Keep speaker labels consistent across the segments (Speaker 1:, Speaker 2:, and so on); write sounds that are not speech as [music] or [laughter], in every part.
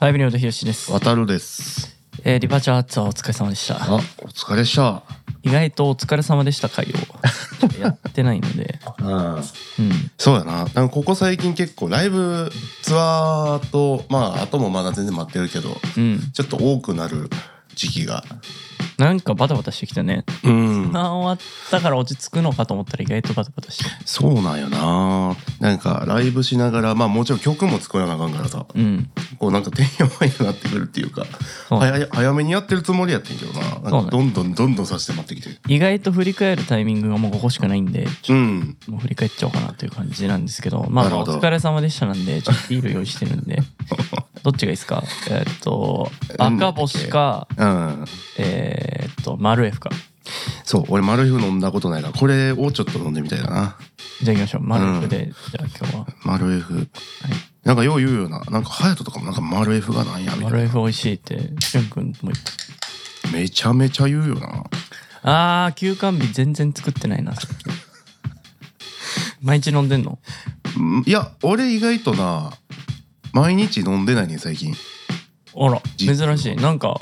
Speaker 1: ァイブニオドヒロシです。
Speaker 2: 渡るです。
Speaker 1: えー、ディパーチャーアーツはお疲れ様でした。
Speaker 2: あ、お疲れっした。
Speaker 1: 意外とお疲れ様でした
Speaker 2: [laughs]
Speaker 1: 会をやってないので、
Speaker 2: うん。
Speaker 1: うん、
Speaker 2: そうだな。なんかここ最近結構ライブツアーと、まあ、あともまだ全然待ってるけど、
Speaker 1: うん、
Speaker 2: ちょっと多くなる時期が。
Speaker 1: なんかバタバタしてきたね。
Speaker 2: うん。
Speaker 1: あー終わったから落ち着くのかと思ったら意外とバタバタして。
Speaker 2: そうなんよな。なんかライブしながら、まあもちろん曲も作らなあかんからさ、
Speaker 1: うん、
Speaker 2: こうなんかてんやわんやなってくるっていうか、
Speaker 1: そう
Speaker 2: 早い早めにやってるつもりやってんけどな。
Speaker 1: そ
Speaker 2: な
Speaker 1: うんね
Speaker 2: かどんどんどんどんさして待ってきてる。
Speaker 1: 意外と振り返るタイミングがもうここしかないんで、
Speaker 2: うん。
Speaker 1: もう振り返っちゃおうかなという感じなんですけど、ま
Speaker 2: なる
Speaker 1: あ、
Speaker 2: ほ
Speaker 1: お
Speaker 2: ど
Speaker 1: 疲れ様でしたなんで、ちょっとビール用意してるん
Speaker 2: [laughs]
Speaker 1: で、どっちがいいですかえーっと、赤星か、
Speaker 2: うん。
Speaker 1: えーっと、丸 F か。
Speaker 2: そう、俺マルフ飲んだことないから、これをちょっと飲んでみたいだな。
Speaker 1: じゃあ行きましょう。丸
Speaker 2: う
Speaker 1: F
Speaker 2: ん
Speaker 1: で、じゃあ今日は。
Speaker 2: 丸 F、なんかよう言うよななんか隼人とかもなんか丸 F がなんやみたい
Speaker 1: 丸
Speaker 2: な
Speaker 1: F 美味しいって、しゅんくんも言った。
Speaker 2: めちゃめちゃ言うよな
Speaker 1: あー、休館日全然作ってないな、さっき毎日飲んでんの
Speaker 2: うんいや俺意外とな毎日飲んでないね最近
Speaker 1: あら、
Speaker 2: 実は
Speaker 1: 珍しい。なんか、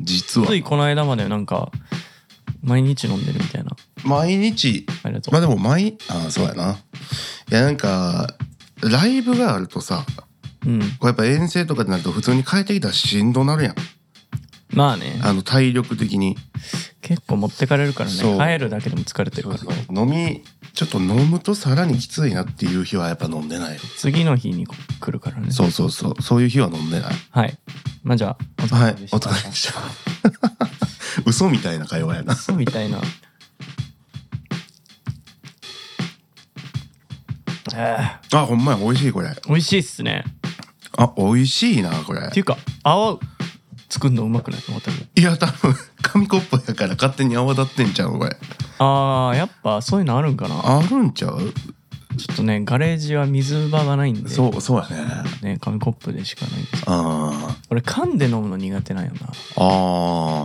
Speaker 2: 実は
Speaker 1: ついこの間までなんか、毎日飲んでるみたいな。
Speaker 2: 毎日
Speaker 1: ありがと
Speaker 2: まあ
Speaker 1: う。
Speaker 2: でも毎あそうやないやなんかライブがあるとさ
Speaker 1: うん。
Speaker 2: こうやっぱ遠征とかになると普通に帰ってきたらしんどなるやん
Speaker 1: まあね。
Speaker 2: あの体力的に
Speaker 1: 結構持ってかれるからね
Speaker 2: そう
Speaker 1: 帰るだけでも疲れてるから
Speaker 2: 飲みちょっと飲むとさらにきついなっていう日はやっぱ飲んでない
Speaker 1: 次の日に来るからね
Speaker 2: そうそうそうそういう日は飲んでない
Speaker 1: はいまあじゃあお
Speaker 2: は
Speaker 1: 疲
Speaker 2: い
Speaker 1: れ、でし
Speaker 2: お
Speaker 1: た、
Speaker 2: 疲れでした。 [laughs] 嘘みたいな会話やな。
Speaker 1: そうみたいなえー
Speaker 2: あ、ほんまや、美味しい、これ。
Speaker 1: 美味しいっすね
Speaker 2: あ、美味しいな、これ
Speaker 1: ってい。うか泡作るのうまくない渡る
Speaker 2: いや、多分、紙コップやから勝手に泡立ってんちゃう、これ。
Speaker 1: あーやっぱそういうのあるんかな
Speaker 2: あるんちゃう
Speaker 1: ちょっとねガレージは水場がないんで
Speaker 2: そう、そうやね。
Speaker 1: ね紙コップでしかないんです
Speaker 2: あ
Speaker 1: 俺噛んで飲むの苦手なんよな
Speaker 2: ーあ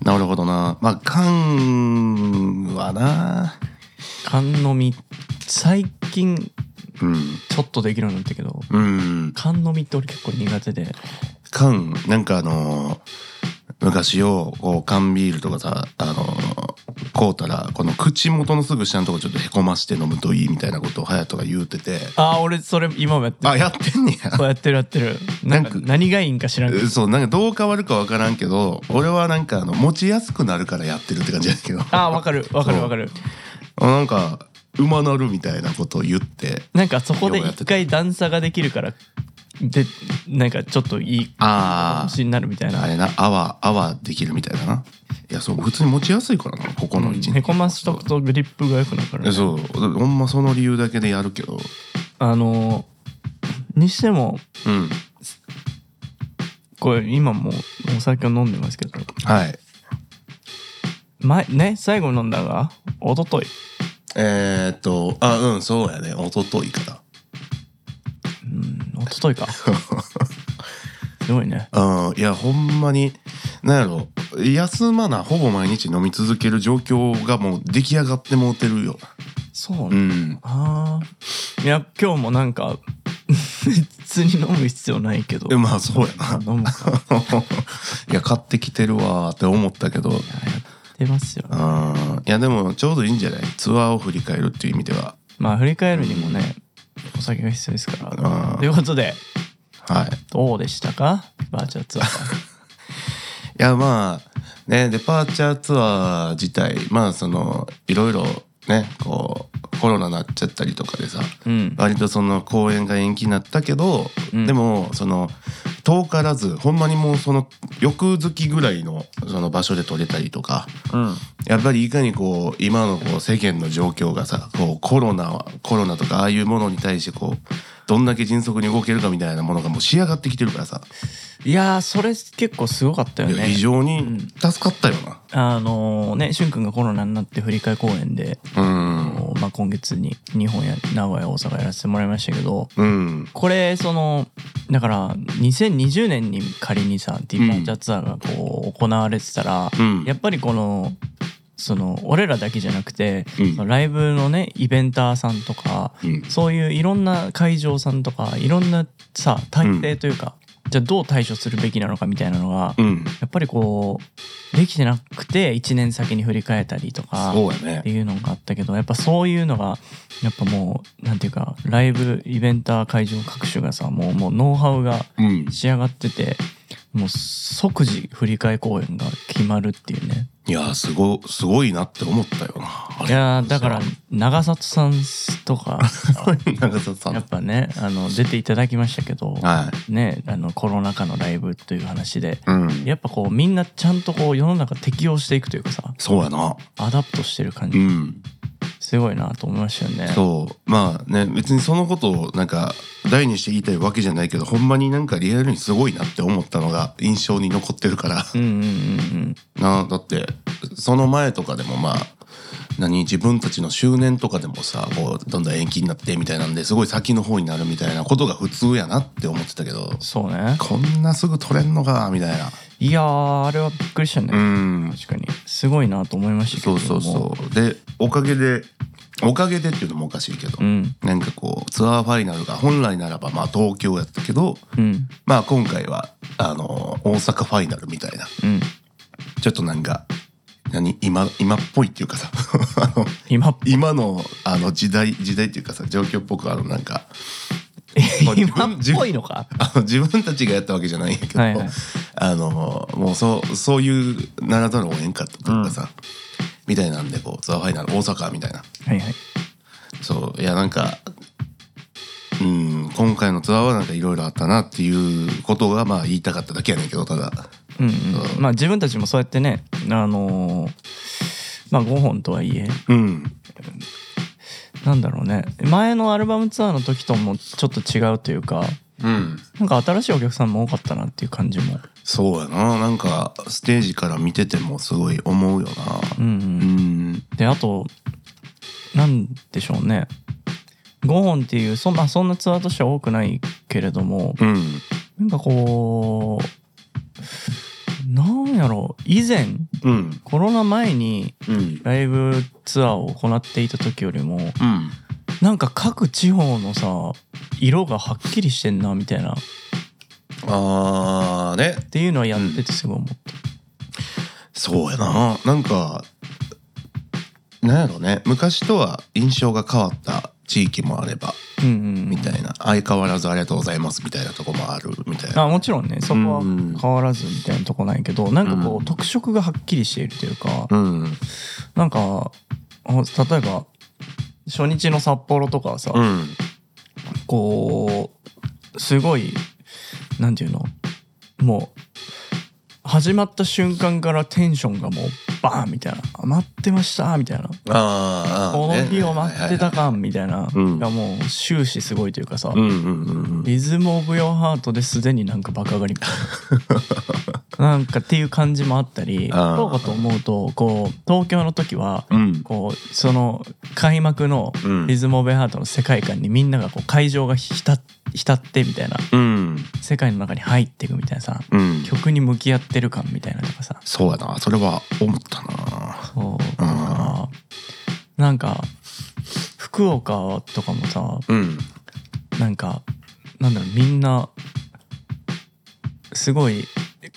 Speaker 2: ー、なるほどな。まあ、缶はな。
Speaker 1: 缶飲み最近
Speaker 2: うん。
Speaker 1: ちょっとできるようになったけど
Speaker 2: うん。
Speaker 1: 缶飲みって俺結構苦手で
Speaker 2: 缶、なんかあのー昔よう、こう、缶ビールとかさ、あのーこうたら、この口元のすぐ下のとこちょっとへこまして飲むといいみたいなことを隼人が言うてて、
Speaker 1: ああ俺それ今もやってる
Speaker 2: あ、や [laughs] ってんね
Speaker 1: こうやってるやってるなんか
Speaker 2: なんか
Speaker 1: 何がいいんか知らんけ
Speaker 2: や。
Speaker 1: ど
Speaker 2: そう、なんかどう変わるかわからんけど、俺はなんかあの、持ちやすくなるからやってるって感じだけど、 [laughs]
Speaker 1: ああわかるわかるわかる
Speaker 2: なんか、うまなるみたいなことを言って、
Speaker 1: なんかそこで一回段差ができるからでなんかちょっといい
Speaker 2: あ
Speaker 1: 星になるみたい
Speaker 2: あ、あ
Speaker 1: な
Speaker 2: れな、泡、泡できるみたいだな。いや、そう、普通に持ちやすいからな、ここの位置に
Speaker 1: へこましとくとグリップが良くなるからね、
Speaker 2: えそう、ほんまその理由だけでやるけど、
Speaker 1: あのーにしても
Speaker 2: うん。
Speaker 1: これ今もうお酒を飲んでますけど
Speaker 2: はい。
Speaker 1: 前ね最後飲んだが一昨日
Speaker 2: えー、っと、あ、うん、そうやね。一昨日か
Speaker 1: うん一昨日
Speaker 2: [laughs]
Speaker 1: かすごいね
Speaker 2: な。うん、いや、ほんまに、なんやろ、休まな、ほぼ毎日飲み続ける状況がもう出来上がってもうてるよ。
Speaker 1: そうね
Speaker 2: うん。
Speaker 1: ああいや今日もなんか別に飲む必要ないけど
Speaker 2: えまあ、そうやな。 [laughs]
Speaker 1: 飲むかや
Speaker 2: いや、買ってきてるわーって思ったけど、うん。
Speaker 1: ってますよ
Speaker 2: いや、でも、ちょうどいいんじゃないツアーを振り返るっていう意味では。
Speaker 1: まあ振り返るにもねお酒が必要ですから
Speaker 2: うん
Speaker 1: ということで
Speaker 2: はい。
Speaker 1: どうでしたかバーチャルツア
Speaker 2: [laughs]
Speaker 1: ー
Speaker 2: いやまあねデパーチャーツアー自体まあそのいろいろねこうコロナなっちゃったりとかでさ
Speaker 1: うん
Speaker 2: 割とその公演が延期になったけど、
Speaker 1: うん
Speaker 2: でもその遠からずほんまにもうその翌月ぐらいのその場所で撮れたりとか
Speaker 1: うん
Speaker 2: やっぱりいかにこう今のこう世間の状況がさこうコロナはコロナとかああいうものに対してこうどんだけ迅速に動けるかみたいなものがもう仕上がってきてるからさ、
Speaker 1: いやーそれ結構すごかったよ
Speaker 2: いや
Speaker 1: ね
Speaker 2: 非常に助かったよな。
Speaker 1: あのーねしゅんくんがコロナになって振り替え公演で、
Speaker 2: うん
Speaker 1: あのーまあ、今月に日本や名古屋大阪やらせてもらいましたけど
Speaker 2: うん。
Speaker 1: これそのだから2020年に仮にさディーパーチャーツアーがこう行われてたら、
Speaker 2: うん。
Speaker 1: やっぱりこのその俺らだけじゃなくて、
Speaker 2: うん
Speaker 1: そのライブのねイベンターさんとか
Speaker 2: うん
Speaker 1: そういういろんな会場さんとかいろんなさ体制というか、じゃあどう対処するべきなのかみたいなのが、
Speaker 2: うん
Speaker 1: やっぱりこうできてなくて1年先に振り返ったりとか
Speaker 2: そうや
Speaker 1: って
Speaker 2: ね
Speaker 1: いうのがあったけどやっぱそういうのがやっぱもうなんていうかライブイベンター会場各種がさもうもうノウハウが
Speaker 2: うん
Speaker 1: 仕上がっててもう即時振り替え公演が決まるっていうね
Speaker 2: いやすごすごいなって思ったよなあれ
Speaker 1: いやーだから長里さんと
Speaker 2: [laughs]
Speaker 1: か
Speaker 2: 長澤さん
Speaker 1: やっぱねあの出ていただきましたけど、
Speaker 2: はい
Speaker 1: ねあのコロナ禍のライブという話で
Speaker 2: うん
Speaker 1: やっぱこうみんなちゃんとこう世の中適応していくというかさ
Speaker 2: そうやな
Speaker 1: アダプトしてる感
Speaker 2: う
Speaker 1: じ
Speaker 2: ん
Speaker 1: すごいなと思いましたよね。
Speaker 2: そうまあね別にそのことをなんか大にして言いたいわけじゃないけどほんまになんかリアルにすごいなって思ったのが印象に残ってるから
Speaker 1: うんうんうん
Speaker 2: [laughs] なだってその前とかでもまあ何自分たちの周年とかでもさこうどんどん延期になってみたいなんですごい先の方になるみたいなことが普通やなって思ってたけど
Speaker 1: うん。そうね。
Speaker 2: こんなすぐ取れんのかみたいない
Speaker 1: やーあれはびっくりしたね。
Speaker 2: うん
Speaker 1: 確かにすごいなと思いましたけ
Speaker 2: そ
Speaker 1: ど
Speaker 2: う
Speaker 1: も。
Speaker 2: そうそうでおかげでおかげでっていうのもおかしいけど、
Speaker 1: うん
Speaker 2: なんかこうツアーファイナルが本来ならばまあ東京やったけど
Speaker 1: うん
Speaker 2: まあ今回はあの大阪ファイナルみたいな
Speaker 1: うん。
Speaker 2: ちょっとなんか何今今っぽいっていうかさ [laughs] あの
Speaker 1: 今っ
Speaker 2: 今のあの時代時代っていうかさ状況っぽくあのなんかまあ自
Speaker 1: 今
Speaker 2: 分
Speaker 1: っぽいのか。
Speaker 2: あの自分たちがやったわけじゃないんやけど、
Speaker 1: はいはい
Speaker 2: あのもうそうそういうならざるを得んかったとかさ、みたいなんでこうツアーファイナル大阪みたいな
Speaker 1: はいはい。
Speaker 2: そういやなんかうん今回のツアーはなんかいろいろあったなっていうことがまあ言いたかっただけやねんけどただ
Speaker 1: うんうん。まあ自分たちもそうやってねあのーまあ5本とはいえ
Speaker 2: うん
Speaker 1: なんだろうね前のアルバムツアーの時ともちょっと違うというか
Speaker 2: うん
Speaker 1: なんか新しいお客さんも多かったなっていう感じも。
Speaker 2: そうやななんかステージから見ててもすごい思うよな
Speaker 1: うんう
Speaker 2: うんん
Speaker 1: であとなんでしょうね5本っていうそ,、まあ、そんなツアーとしては多くないけれども
Speaker 2: うん
Speaker 1: なんかこうなんやろう以前
Speaker 2: うん
Speaker 1: コロナ前に
Speaker 2: うん
Speaker 1: ライブツアーを行っていた時よりも
Speaker 2: うん
Speaker 1: なんか各地方のさ色がはっきりしてんなみたいなっ
Speaker 2: あーね
Speaker 1: ていうのはやっててすごい思った。
Speaker 2: そうやななんかなんやろね昔とは印象が変わった地域もあれば
Speaker 1: うんうん
Speaker 2: みたいな相変わらずありがとうございますみたいなとこもあるみたいな
Speaker 1: あもちろんねそこは
Speaker 2: うん
Speaker 1: 変わらずみたいなとこないけどなんかこ
Speaker 2: うん
Speaker 1: う特色がはっきりしているというか
Speaker 2: うん
Speaker 1: なんかあ例えば初日の札幌とかはさ、
Speaker 2: うん
Speaker 1: こうすごいなんていうのもう始まった瞬間からテンションがもうバーンみたいな「待ってました」みたいな「
Speaker 2: あー
Speaker 1: この日を待ってた
Speaker 2: か
Speaker 1: 感」みたいな
Speaker 2: うん
Speaker 1: がもう終始すごいというかさ、
Speaker 2: うんうんうんうん
Speaker 1: リズム・オブ・ヨーハートですでになんかバカ上がりみたい
Speaker 2: [laughs]
Speaker 1: ななんかっていう感じもあったり
Speaker 2: あー
Speaker 1: そうかと思うとこう東京の時は
Speaker 2: うん
Speaker 1: こうその開幕の
Speaker 2: うん
Speaker 1: リズム・オブ・ハートの世界観にみんながこう会場が浸っ浸ってみたいな
Speaker 2: うん
Speaker 1: 世界の中に入っていくみたいなさ
Speaker 2: うん
Speaker 1: 曲に向き合ってる感みたいなとかさ
Speaker 2: そうやなそれは思ったな
Speaker 1: そうだからなんか福岡とかもさ
Speaker 2: うん
Speaker 1: なんかなんだろうみんなすごい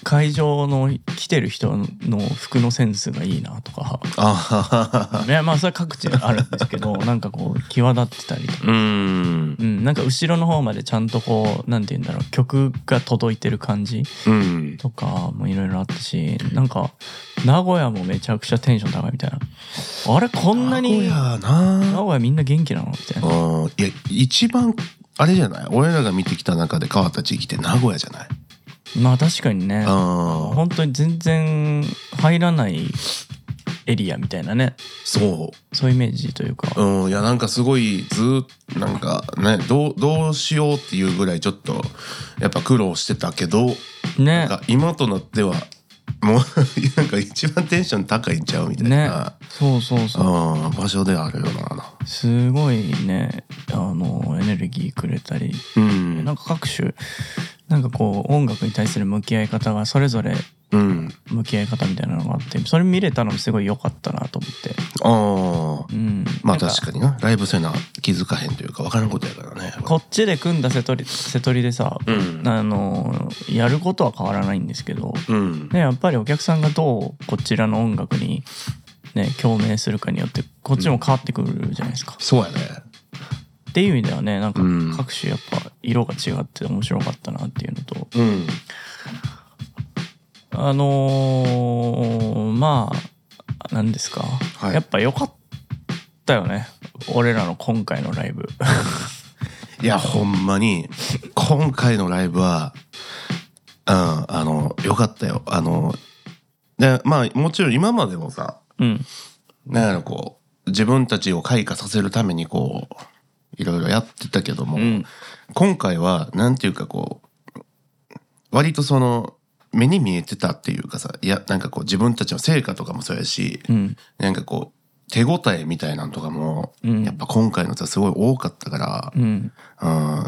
Speaker 1: 会場の来てる人の服のセンスがいいなとか
Speaker 2: あ
Speaker 1: いやまあそれは各地にあるんですけどなんかこう際立ってたりとか
Speaker 2: ーうん
Speaker 1: うん、なんか後ろの方までちゃんとこうなんて言うんだろう曲が届いてる感じ
Speaker 2: うん
Speaker 1: とかもいろいろあったしなんか名古屋もめちゃくちゃテンション高いみたいなあれこんなに
Speaker 2: 名古
Speaker 1: 名
Speaker 2: 屋な
Speaker 1: 古屋みんな元気なのみたいな
Speaker 2: うんいや一番あれじゃない俺らが見てきた中で変わった地域って名古屋じゃない
Speaker 1: まあ確かにね
Speaker 2: うん
Speaker 1: 本当に全然入らないエリアみたいなね
Speaker 2: そ
Speaker 1: そういうイメージというか
Speaker 2: う、うん、いやなんかすごいずーっとなんかねどうどうしようっていうぐらいちょっとやっぱ苦労してたけどな
Speaker 1: ね
Speaker 2: んか今となってはもう [laughs] なんか一番テンション高いんちゃうみたい
Speaker 1: ね
Speaker 2: な、
Speaker 1: そうそうそう
Speaker 2: うん場所ではあるよな
Speaker 1: すごいねあのエネルギーくれたり
Speaker 2: うん
Speaker 1: なんか各種なんかこう音楽に対する向き合い方がそれぞれ
Speaker 2: うん
Speaker 1: 向き合い方みたいなのがあってそれ見れたのもすごい良かったなと思って
Speaker 2: ああ
Speaker 1: うん
Speaker 2: まあ
Speaker 1: なんか
Speaker 2: 確かになライブそういうのは気づかへんというか分からんことやからね
Speaker 1: こっちで組んだ瀬取り瀬取りでさ、
Speaker 2: うん
Speaker 1: あのやることは変わらないんですけど、
Speaker 2: うん
Speaker 1: ね、やっぱりお客さんがどうこちらの音楽に、ね、共鳴するかによってこっちも変わってくるじゃないですか。
Speaker 2: そうやね
Speaker 1: っていう意味ではねなんか
Speaker 2: うん
Speaker 1: 各種やっぱ色が違って面白かったなっていうのと
Speaker 2: うん
Speaker 1: あのーまあ何ですか、
Speaker 2: はい
Speaker 1: やっぱ良かったよね俺らの今回のライブ [laughs]
Speaker 2: いやほんまに今回のライブはうんあのよかったよあのでまあもちろん今までもさ
Speaker 1: うん
Speaker 2: なんやろこう自分たちを開花させるためにこういろいろやってたけども、
Speaker 1: うん
Speaker 2: 今回はなんていうかこう割とその目に見えてたっていうかさいやなんかこう自分たちの成果とかもそうやし、
Speaker 1: うん
Speaker 2: なんかこう手応えみたいなんとかも、
Speaker 1: うん
Speaker 2: やっぱ今回のさすごい多かったから、
Speaker 1: うん
Speaker 2: うん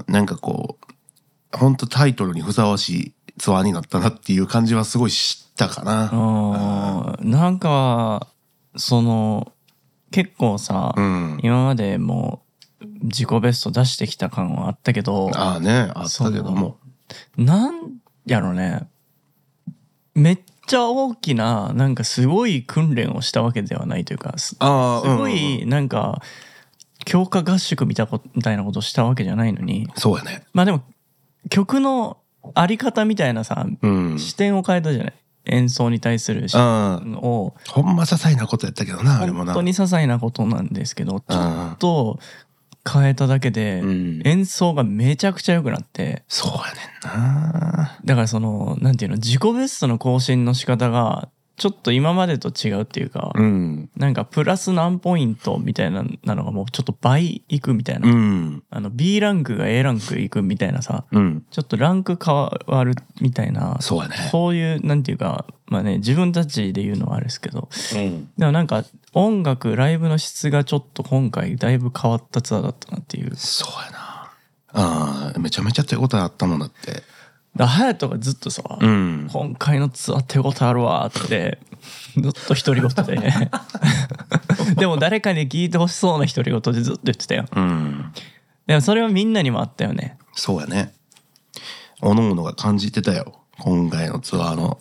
Speaker 2: なんかこうほんとタイトルにふさわしいツアーになったなっていう感じはすごいしたかな。
Speaker 1: あーなんかその結構さ、
Speaker 2: うん、
Speaker 1: 今までも自己ベスト出してきた感はあったけど
Speaker 2: ああねあったけども。
Speaker 1: なんやろねめっちゃ大きななんかすごい訓練をしたわけではないというかす
Speaker 2: あ
Speaker 1: す
Speaker 2: あうんうん
Speaker 1: ごいなんか強化合宿みたこみたいなことしたわけじゃないのに
Speaker 2: そうやね。
Speaker 1: まあでも曲のあり方みたいなさ
Speaker 2: うん。
Speaker 1: 視点を変えたじゃない演奏に対する視
Speaker 2: あ
Speaker 1: 点を
Speaker 2: あ、ほんま些細なことやったけどな、あれも
Speaker 1: 本
Speaker 2: な。
Speaker 1: 当に些細なことなんですけどちょっ
Speaker 2: あ
Speaker 1: と変えただけ
Speaker 2: あ
Speaker 1: で
Speaker 2: うん。
Speaker 1: 演奏がめちゃくちゃ良くなって
Speaker 2: そうやねんな。
Speaker 1: だからそのなんていうの自己ベストの更新の仕方がちょっと今までと違うっていうか、
Speaker 2: うん。
Speaker 1: なんかプラス何ポイントみたいななのがもうちょっと倍いくみたいな、
Speaker 2: うん。
Speaker 1: あの B ランクが A ランクいくみたいなさ
Speaker 2: うん。
Speaker 1: ちょっとランク変わるみたいな
Speaker 2: そうやね。
Speaker 1: そういうなんていうかまあね自分たちで言うのはあれですけど
Speaker 2: うん。
Speaker 1: でもなんか音楽ライブの質がちょっと今回だいぶ変わったツアーだったなっていう
Speaker 2: そうやな。ああ、めちゃめちゃ手応えあったもんだって。
Speaker 1: だ隼人がずっとさ、
Speaker 2: うん。
Speaker 1: 今回のツアー手応えあるわーってずっと独り言で
Speaker 2: [laughs]
Speaker 1: ねでも誰かに聞いてほしそうな独り言でずっと言ってたよ
Speaker 2: うん。
Speaker 1: でもそれはみんなにもあったよね
Speaker 2: そうやね。おのおのが感じてたよ。今回のツアーの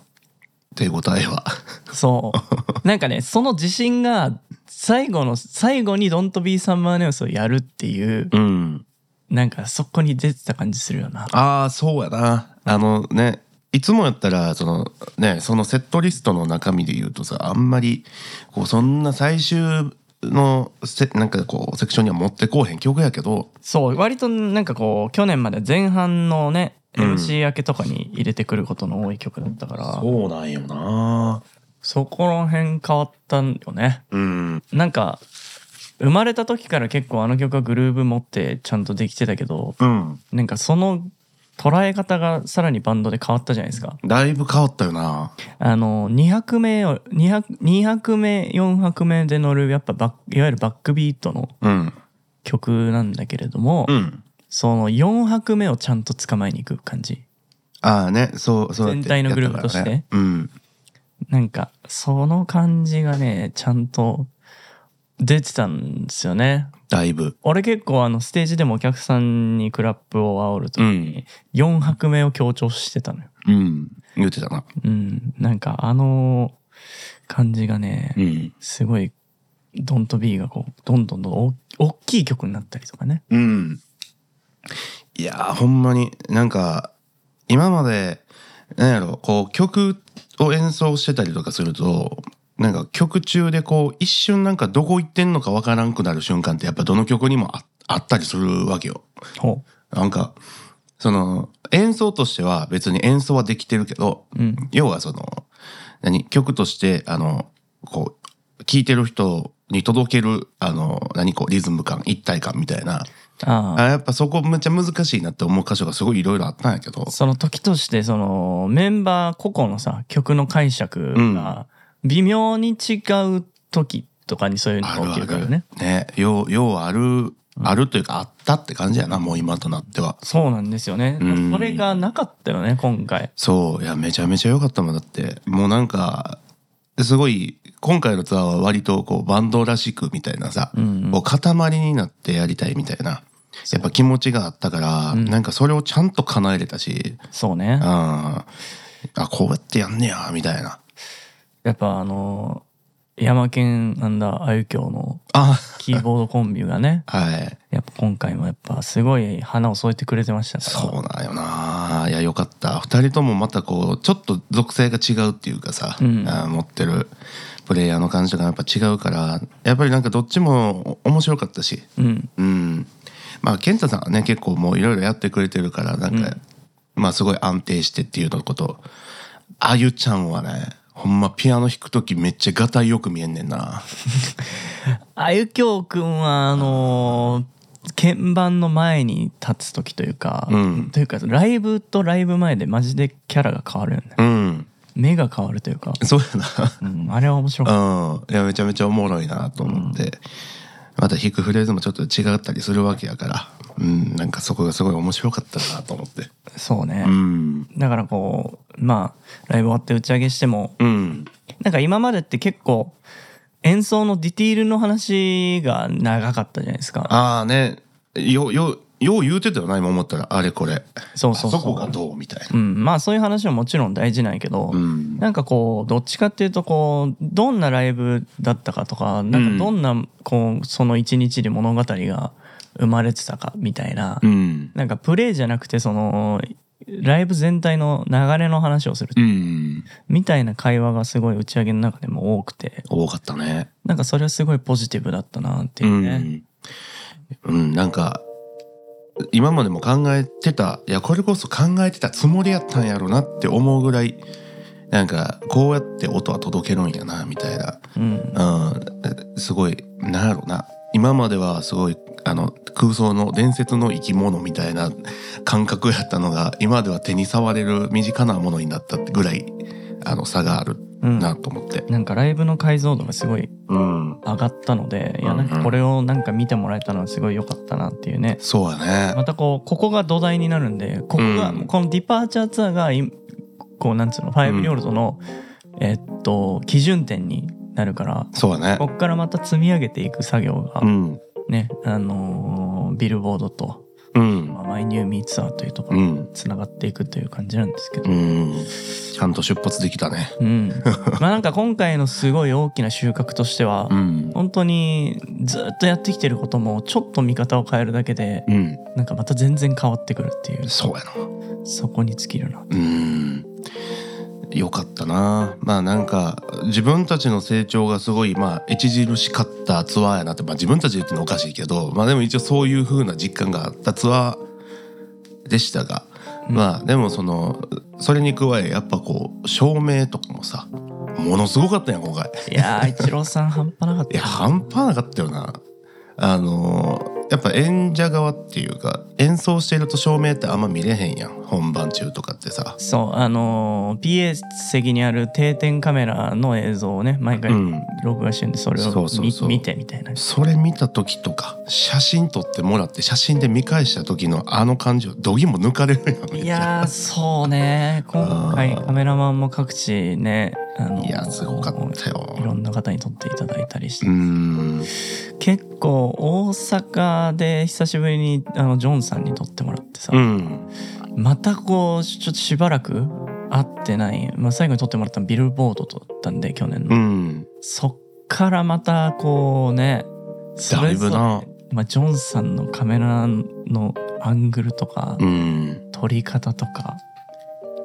Speaker 2: 手応えは。
Speaker 1: そうなんかねその自信が最後の最後に「ドントビーサンマーネオス」をやるっていう
Speaker 2: うん。
Speaker 1: なんかそこに出てた感じするよな
Speaker 2: ああそうやなあのねいつもやったらそのねそのセットリストの中身で言うとさあんまりこうそんな最終のせなんかこうセクションには持ってこうへん曲やけど
Speaker 1: そう割となんかこう去年まで前半のね
Speaker 2: うん
Speaker 1: MC 明けとかに入れてくることの多い曲だったから、
Speaker 2: うなんよな
Speaker 1: そこら辺変わったんよね
Speaker 2: うん
Speaker 1: なんか生まれた時から結構あの曲はグルーブ持ってちゃんとできてたけど
Speaker 2: うん
Speaker 1: なんかその捉え方がさらにバンドで変わったじゃないですか
Speaker 2: だいぶ変わったよな
Speaker 1: あの2拍目を 200, 2拍目4拍目で乗るやっぱバックいわゆるバックビートの
Speaker 2: うん
Speaker 1: 曲なんだけれども、
Speaker 2: うん
Speaker 1: その4拍目をちゃんと捕まえに行く感じ
Speaker 2: ああねそうそうやって
Speaker 1: 全体のグループ
Speaker 2: やったからねうん
Speaker 1: なんかその感じがねちゃんと出てたんですよね
Speaker 2: だいぶ
Speaker 1: 俺結構あのステージでもお客さんにクラップを煽るとき
Speaker 2: うん
Speaker 1: に4拍目を強調してたのよ
Speaker 2: うん言ってたな
Speaker 1: うんなんかあの感じがね、
Speaker 2: うん
Speaker 1: すごい「ドントビーがこうどんどんどんお大きい曲になったりとかね
Speaker 2: うん。いやー、ほんまに、なんか、今まで、なんやろ、こう、曲を演奏してたりとかすると、なんか曲中でこう、一瞬なんかどこ行ってんのかわからんくなる瞬間って、やっぱどの曲にもああったりするわけよ。
Speaker 1: ほ
Speaker 2: なんか、その、演奏としては別に演奏はできてるけど、
Speaker 1: ううん
Speaker 2: 要はその、何、曲として、あの、こう、聴いてる人に届ける、あの、何、こう、リズム感、一体感みたいな、
Speaker 1: あ
Speaker 2: あやっぱそこめっちゃ難しいなって思う箇所がすごいいろいろあったんやけど
Speaker 1: あその時としてそのメンバー個々のさ曲の解釈が微妙に違う時とかにそういうの
Speaker 2: あ
Speaker 1: が
Speaker 2: る
Speaker 1: 起
Speaker 2: あ
Speaker 1: きるから
Speaker 2: る
Speaker 1: ね
Speaker 2: ねようようあるあるというかあったって感じやなもう今となっては
Speaker 1: そうなんですよね
Speaker 2: うん
Speaker 1: それがなかったよね今回
Speaker 2: そういやめちゃめちゃ良かったもんだってもうなんかすごい今回のツアーは割とこうバンドらしくみたいなさ、こう塊になってやりたいみたいなやっぱ気持ちがあったから、なんかそれをちゃんと叶えれたし、
Speaker 1: そうね
Speaker 2: うん、あこうやってやんねやみたいな
Speaker 1: やっぱあのヤマケンアンダーあゆきょうの
Speaker 2: あ
Speaker 1: キーボードコンビがね
Speaker 2: はい
Speaker 1: やっぱ今回もやっぱすごい花を添えてくれてましたから
Speaker 2: そうなんよないやよかった2人ともまたこうちょっと属性が違うっていうかさ、あー持ってるプレイヤーの感じがやっぱ違うからやっぱりなんかどっちも面白かったし
Speaker 1: うん
Speaker 2: うんまあ健太さんはね結構もういろいろやってくれてるからなんか、まあすごい安定してっていうのことあゆちゃんはねほんまピアノ弾く時めっちゃがたいよく見えんねんな
Speaker 1: あゆきょうくんはあの鍵盤の前に立つ時というか、
Speaker 2: うん
Speaker 1: というかライブとライブ前でマジでキャラが変わるよね
Speaker 2: うん
Speaker 1: 目が変わるというか、
Speaker 2: そうやな
Speaker 1: うん、あれは面白かっ
Speaker 2: うん、いやめちゃめちゃおもろいなと思って、また弾くフレーズもちょっと違ったりするわけやから、うん、なんかそこがすごい面白かったなと思って
Speaker 1: たそうね、
Speaker 2: うん
Speaker 1: だからこうまあライブ終わって打ち上げしても
Speaker 2: うん
Speaker 1: なんか今までって結構演奏のディティールの話が長かったじゃないですか
Speaker 2: ああねよよよう言うてたよな今思ったらあれこれ
Speaker 1: そうそうそう
Speaker 2: あそこがどうみたいな
Speaker 1: うん、まあそういう話はもちろん大事なんやけど、
Speaker 2: うん
Speaker 1: なんかこうどっちかっていうとこうどんなライブだったかとかなんかどんなこうその一日で物語が生まれてたかみたいな、
Speaker 2: うん
Speaker 1: なんかプレイじゃなくてそのライブ全体の流れの話をする
Speaker 2: うん
Speaker 1: みたいな会話がすごい打ち上げの中でも多くて
Speaker 2: 多かったね
Speaker 1: なんかそれはすごいポジティブだったなっていうね。
Speaker 2: うん、うん、なんか今までも考えてたいやこれこそ考えてたつもりやったんやろなって思うぐらいなんかこうやって音は届けるんやなみたいな、
Speaker 1: うん
Speaker 2: うん、すごいなんやろな今まではすごいあの空想の伝説の生き物みたいな感覚やったのが今では手に触れる身近なものになったぐらいあの差があるなと思って。
Speaker 1: なんかライブの解像度がすごい
Speaker 2: うん、
Speaker 1: 上がったのでいやなんかこれをなんか見てもらえたのはすごい良かったなっていうね
Speaker 2: そうやね。
Speaker 1: [laughs] またこうここが土台になるんでここが、
Speaker 2: うん
Speaker 1: このディパーチャーツアーがいこうなんつうのファイブヨールドの、えっと基準点になるから
Speaker 2: そうやね。
Speaker 1: ここからまた積み上げていく作業が
Speaker 2: うん。
Speaker 1: ね、あのービルボードと、
Speaker 2: うん
Speaker 1: ま。あ、マイニューミーツアーというとこ
Speaker 2: う
Speaker 1: ろに
Speaker 2: ん。
Speaker 1: つながっていくという感じなんですけど、
Speaker 2: うん。ちゃんと出発できたね。
Speaker 1: うんまあなんか今回のすごい大きな収穫としては、
Speaker 2: うん。
Speaker 1: 本当にずっとやってきてることもちょっと見方を変えるだけで
Speaker 2: うん。
Speaker 1: なんかまた全然変わってくるっていう
Speaker 2: そうやな。
Speaker 1: そこに尽きるな
Speaker 2: うん。よかったな。まあなんか、自分たちの成長がすごい、まあ、著しかったツアーやなって、まあ自分たちで言ってのおかしいけど、まあでも一応そういう風な実感があったツアーでしたが、まあでもその、それに加え、やっぱこう、照明とかもさ、ものすごかったやん、今回。
Speaker 1: いやー、一郎さん半端なかっ
Speaker 2: いや
Speaker 1: た。
Speaker 2: 半端なかったよなあのーやっぱ演者側っていうか演奏してると照明ってあんま見れへんやん本番中とかってさ
Speaker 1: そう、あのー、PA 席にある定点カメラの映像をね、毎回
Speaker 2: うん
Speaker 1: 録画してるんで、それをみ、
Speaker 2: そうそうそう
Speaker 1: 見てみたいな。
Speaker 2: それ見た時とか写真撮ってもらって写真で見返した時のあの感じをどぎも抜かれるやんめっ
Speaker 1: い
Speaker 2: ちゃ
Speaker 1: やー、そうね。今回カメラマンも各地ね、あのー
Speaker 2: いやすごかったよ
Speaker 1: いろんな方に撮っていただいたりして、
Speaker 2: うーん
Speaker 1: 結構大阪で久しぶりにあのジョンさんに撮ってもらってさ、
Speaker 2: うん
Speaker 1: またこうちょっとしばらく会ってない、まあ、最後に撮ってもらったのビルボードだったんで去年の
Speaker 2: うん
Speaker 1: そっからまたこうねそ
Speaker 2: だ
Speaker 1: れ
Speaker 2: い
Speaker 1: ぞ
Speaker 2: ぶ
Speaker 1: れ
Speaker 2: な
Speaker 1: まあ、ジョンさんのカメラのアングルとか、
Speaker 2: うん
Speaker 1: 撮り方とか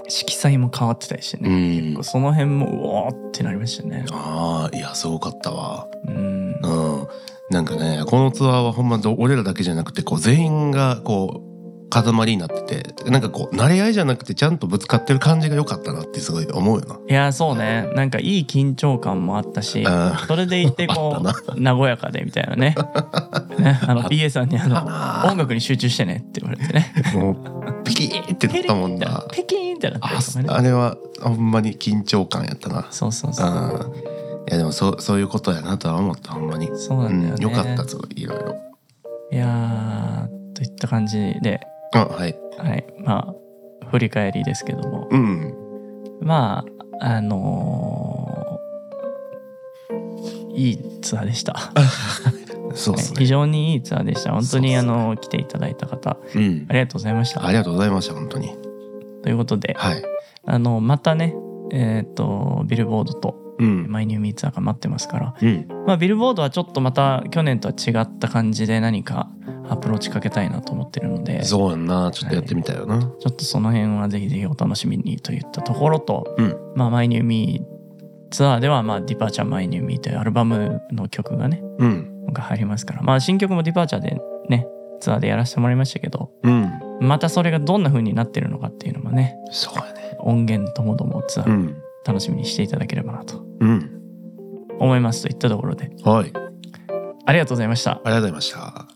Speaker 1: 色彩も変わってたりして
Speaker 2: う
Speaker 1: ね、
Speaker 2: ん
Speaker 1: その辺もうおーってなりましたね
Speaker 2: ああいやすごかったわ
Speaker 1: うん
Speaker 2: うん、なんかねこのツアーはほんまど俺らだけじゃなくてこう全員がこう塊になっててなんかこう慣れ合いじゃなくてちゃんとぶつかってる感じが良かったなってすごい思うよ
Speaker 1: いやそうねなんかいい緊張感もあったし
Speaker 2: な。
Speaker 1: それでいてこ
Speaker 2: [laughs] あ
Speaker 1: う和やかでみたいな
Speaker 2: [laughs]
Speaker 1: ねねあの PA さんにあの
Speaker 2: あ
Speaker 1: 音楽に集中してねって言われて
Speaker 2: [laughs]
Speaker 1: ね
Speaker 2: うん、もうピキーってなったもんな。
Speaker 1: ペキーンってなってる
Speaker 2: あ
Speaker 1: とかね
Speaker 2: あれはほんまに緊張感やったな。
Speaker 1: そうそうそう
Speaker 2: うん、いやでもそうそういうことやなとは思ったほんまに。
Speaker 1: そうな
Speaker 2: うん
Speaker 1: だよ
Speaker 2: ん、
Speaker 1: ね、
Speaker 2: よかったすごいいろいろ。
Speaker 1: いやーといった感じで、
Speaker 2: あはい。
Speaker 1: はい、まあ振り返りですけども
Speaker 2: うん
Speaker 1: まああのーいいツアーでした。
Speaker 2: そうです
Speaker 1: 非
Speaker 2: ね。
Speaker 1: 常にいいツアーでした。本当に、
Speaker 2: そうっ
Speaker 1: あ
Speaker 2: すね
Speaker 1: の来ていただいた方
Speaker 2: うん
Speaker 1: あ。りがとうございました。
Speaker 2: ありがとうございました本当に。
Speaker 1: ということで、
Speaker 2: はい。
Speaker 1: あのまたね、えっ、とビルボードと
Speaker 2: うん。
Speaker 1: マイニューミーツアーが待ってますから、
Speaker 2: うん。
Speaker 1: まあビルボードはちょっとまた去年とは違った感じで何かアプローチかけたいなと思ってるので、ちょ
Speaker 2: そうやんな。ちょっとやってみたいよな。
Speaker 1: っとその辺はぜひぜひお楽しみにといったところと、
Speaker 2: うん。
Speaker 1: まあマイニューミーツアーではまあディパーチャーマイニューミーというアルバムの曲がね
Speaker 2: うん。
Speaker 1: が入りますから、まあ新曲もディパーチャーでねツアーでやらせてもらいましたけど。
Speaker 2: うん。
Speaker 1: またそれがどんな風になってるのかっていうのもね
Speaker 2: そうやね。
Speaker 1: 音源ともどもツア
Speaker 2: う
Speaker 1: ー
Speaker 2: ん。
Speaker 1: 楽しみにしていただければなと
Speaker 2: うん。
Speaker 1: 思いますといったところで
Speaker 2: はい。ありがとう
Speaker 1: ありがとうございました
Speaker 2: ございました。